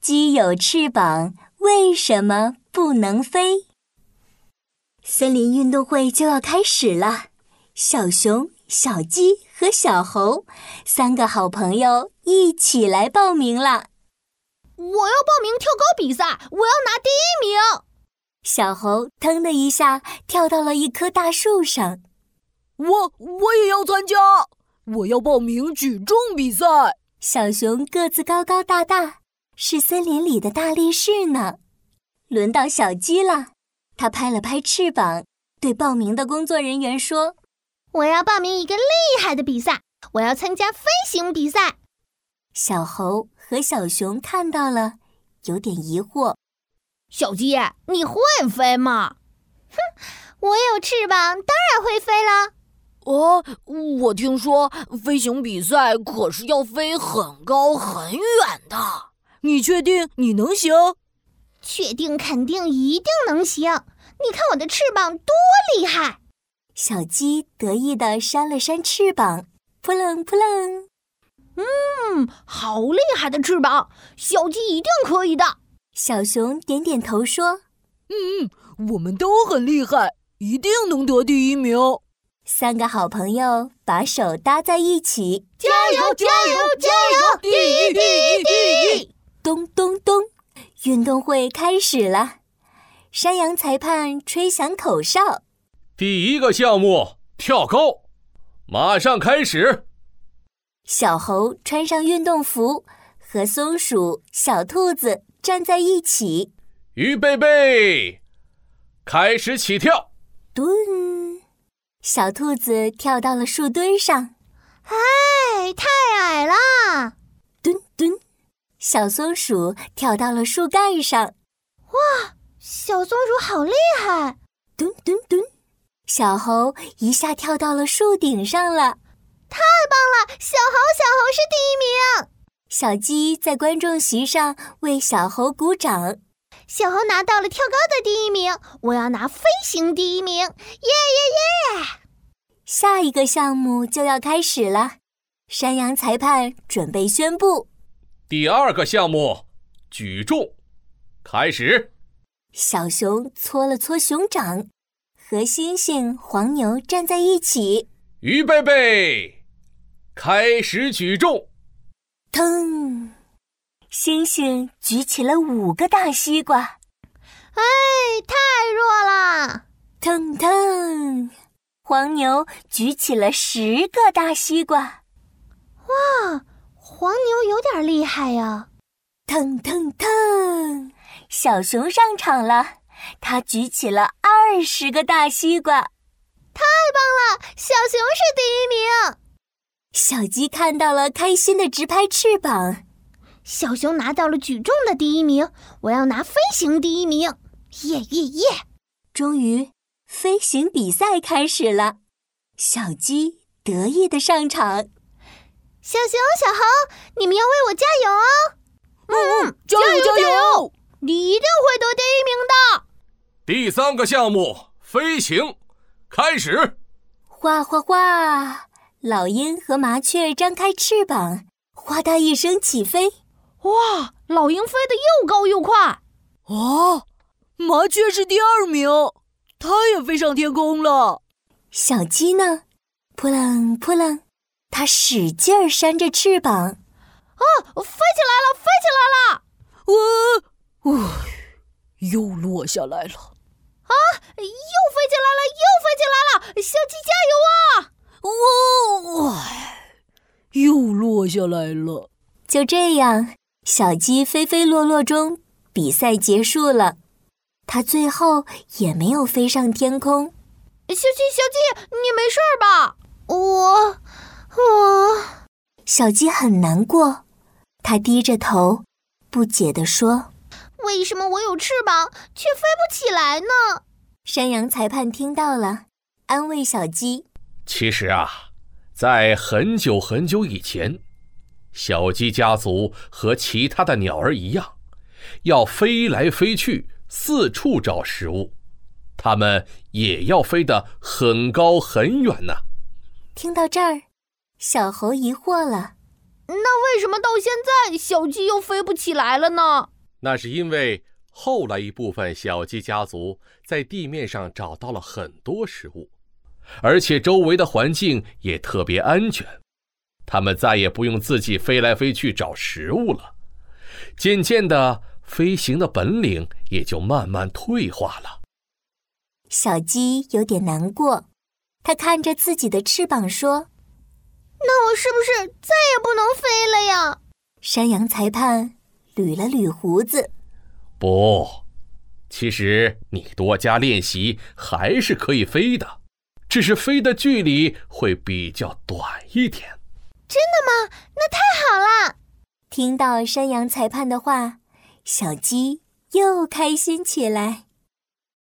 鸡有翅膀，为什么不能飞？森林运动会就要开始了，小熊、小鸡和小猴三个好朋友一起来报名了。我要报名跳高比赛，我要拿第一名。小猴腾的一下跳到了一棵大树上。我我也要参加，我要报名举重比赛。小熊个子高高大大，是森林里的大力士呢。轮到小鸡了，它拍了拍翅膀，对报名的工作人员说：“我要报名一个厉害的比赛，我要参加飞行比赛。”小猴和小熊看到了，有点疑惑。小鸡，你会飞吗？哼，我有翅膀，当然会飞了。哦，我听说飞行比赛可是要飞很高很远的，你确定你能行？嗯确定，肯定，一定能行！你看我的翅膀多厉害！小鸡得意地扇了扇翅膀，扑棱扑棱。嗯，好厉害的翅膀，小鸡一定可以的。小熊点点头说：“嗯嗯，我们都很厉害，一定能得第一名。”三个好朋友把手搭在一起，加油加油哦加油！第一第一第一！咚咚咚，运动会开始了。山羊裁判吹响口哨，第一个项目跳高，马上开始。小猴穿上运动服，和松鼠、小兔子站在一起。预备备，开始起跳！蹲。小兔子跳到了树墩上，哎，太矮了！墩墩，小松鼠跳到了树干上，哇，小松鼠好厉害！墩墩墩，小猴一下跳到了树顶上了，太棒了！小猴，小猴是第一名！小鸡在观众席上为小猴鼓掌。小猴拿到了跳高的第一名，我要拿飞行第一名！哎耶耶耶！下一个项目就要开始了，山羊裁判准备宣布：第二个项目举重开始。小熊搓了搓熊掌，和猩猩、黄牛站在一起。预备备，开始举重！腾！星星举起了五个大西瓜，哎，太弱了！腾腾，黄牛举起了十个大西瓜，哇，黄牛有点厉害呀、啊！腾腾腾，小熊上场了，它举起了二十个大西瓜，太棒了！小熊是第一名。小鸡看到了，开心的直拍翅膀。小熊拿到了举重的第一名，我要拿飞行第一名！耶耶耶！终于，飞行比赛开始了。小鸡得意的上场。小熊、小猴，你们要为我加油哦！嗯嗯，加油加油！你一定会得第一名的。第三个项目飞行，开始！哗哗哗！老鹰和麻雀张开翅膀，哗嗒一声起飞。哇，老鹰飞得又高又快！哦，麻雀是第二名，它也飞上天空了。小鸡呢？扑棱扑棱，它使劲儿扇着翅膀。啊，飞起来了，飞起来了！我、呃，又落下来了。啊，哎又飞起来了，又飞起来了！小鸡加油啊！哇、哦，又落下来了。就这样。小鸡飞飞落落中，比赛结束了，它最后也没有飞上天空。小鸡，小鸡，你没事吧？我，我……小鸡很难过，它低着头，不解地说：“为什么我有翅膀却飞不起来呢？”山羊裁判听到了，安慰小鸡：“其实啊，在很久很久以前。”小鸡家族和其他的鸟儿一样，要飞来飞去，四处找食物。它们也要飞得很高很远呢、啊。听到这儿，小猴疑惑了：那为什么到现在小鸡又飞不起来了呢？那是因为后来一部分小鸡家族在地面上找到了很多食物，而且周围的环境也特别安全，它们再也不用自己飞来飞去找食物了。渐渐的，飞行的本领也就慢慢退化了。小鸡有点难过，它看着自己的翅膀说那我是不是再也不能飞了呀？：“山羊裁判捋了捋胡子，不，其实你多加练习还是可以飞的，只是飞的距离会比较短一点。那太好了！听到山羊裁判的话，小鸡又开心起来。